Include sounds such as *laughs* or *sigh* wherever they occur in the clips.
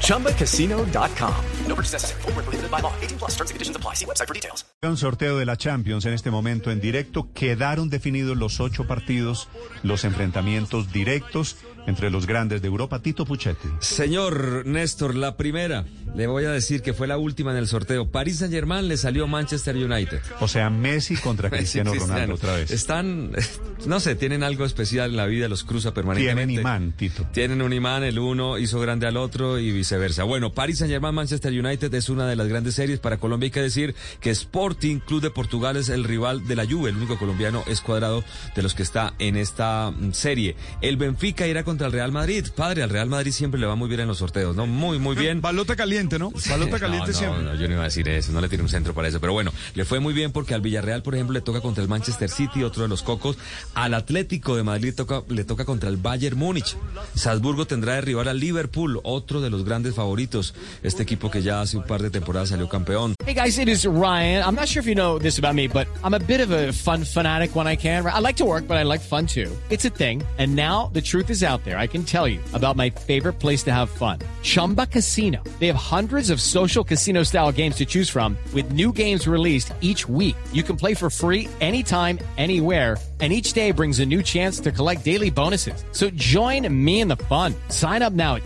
ChumbaCasino.com. No purchase necessary. Void where prohibited by law. 18 plus terms and conditions apply. See website for details. Un sorteo de la Champions en este momento en directo. Quedaron definidos los ocho partidos, los enfrentamientos directos entre los grandes de Europa. Tito Puchetti. Señor Néstor, la primera, le voy a decir que fue la última en el sorteo. París Saint Germain le salió Manchester United. O sea, Messi *laughs* contra Cristiano Sí, Ronaldo otra vez. Están, *laughs* no sé, tienen algo especial en la vida, los cruza permanentemente. Tienen imán, Tito. Tienen un imán, el uno hizo grande al otro y viceversa. Bueno, Paris Saint Germain, Manchester United es una de las grandes series para Colombia. Hay que decir que Sporting Club de Portugal es el rival de la Juve, el único colombiano es cuadrado de los que está en esta mm, serie. El Benfica irá contra el Real Madrid. Padre, al Real Madrid siempre le va muy bien en los sorteos, ¿no? Muy, muy *laughs* bien. Balota caliente, ¿no? Balota *laughs* No, caliente no, siempre. no, yo no iba a decir eso, no le tiene un centro para eso. Pero bueno, le fue muy bien porque al Villarreal, por ejemplo, le toca contra el Manchester City, otro de los cocos. Al Atlético de Madrid toca, le toca contra el Bayern Múnich. Salzburgo tendrá de rival al Liverpool, otro de los grandes favoritos. Este equipo que ya hace un par de temporadas salió campeón. Hey guys, it is Ryan. I'm not sure if you know this about me, but I'm a bit of a fun fanatic when I can. I like to work, but I like fun too. It's a thing. And now the truth is out there. I can tell you about my favorite place to have fun Chumba Casino. They have hundreds of social casino style games to choose from, with new games released each week. You can play for free anytime, anywhere. And each day brings a new chance to collect daily bonuses. So join me in the fun. Sign up now at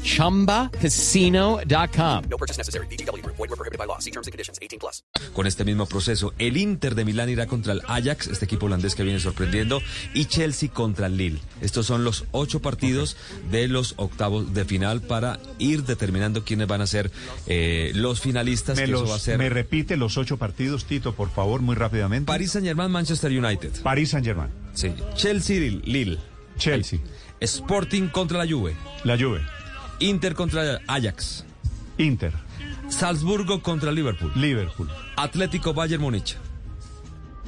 chumbacasino.com. No purchase necessary. BGW. Void were prohibited by law. See terms and conditions. 18 plus. con este mismo proceso. El Inter de Milán irá contra el Ajax, este equipo holandés que viene sorprendiendo, y Chelsea contra el Lille. Estos son los ocho partidos de los octavos de final para ir determinando quiénes van a ser eh, los finalistas. Me, que eso los- va a ser me repite los ocho partidos, Tito, por favor, muy rápidamente. París Saint Germain, Manchester United. París Saint Germain. Sí. Chelsea, Lille. Chelsea. Sporting contra la Juve. La Juve. Inter contra el Ajax. Inter. Salzburgo contra Liverpool. Liverpool. Atlético Bayern Múnich.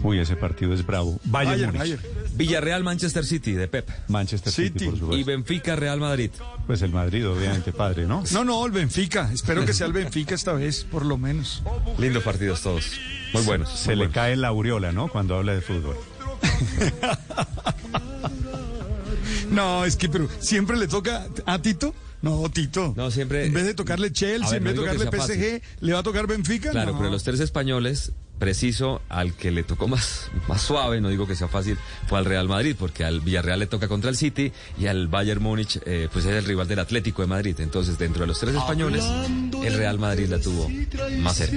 Uy, ese partido es bravo. Bayern, Bayern, Múnich. Bayern. Villarreal Manchester City de Pep. Manchester City, City. por Y supuesto. Benfica Real Madrid. Pues el Madrid, obviamente, padre, ¿no? No, no, el Benfica. Espero que sea el Benfica esta vez, por lo menos. Lindos partidos todos. Muy buenos. Se le cae la aureola, ¿no? Cuando habla de fútbol. No, es que pero siempre le toca a Tito. No, Tito. No, siempre- En vez de tocarle A Chelsea, ver, en vez de no digo que tocarle PSG, sea ¿le va a tocar Benfica? Claro, No. pero los tres españoles, preciso, al que le tocó más, más suave, no digo que sea fácil, fue al Real Madrid, porque al Villarreal le toca contra el City y al Bayern Múnich, eh, pues es el rival del Atlético de Madrid. Entonces, dentro de los tres españoles, el Real Madrid la tuvo más cerca.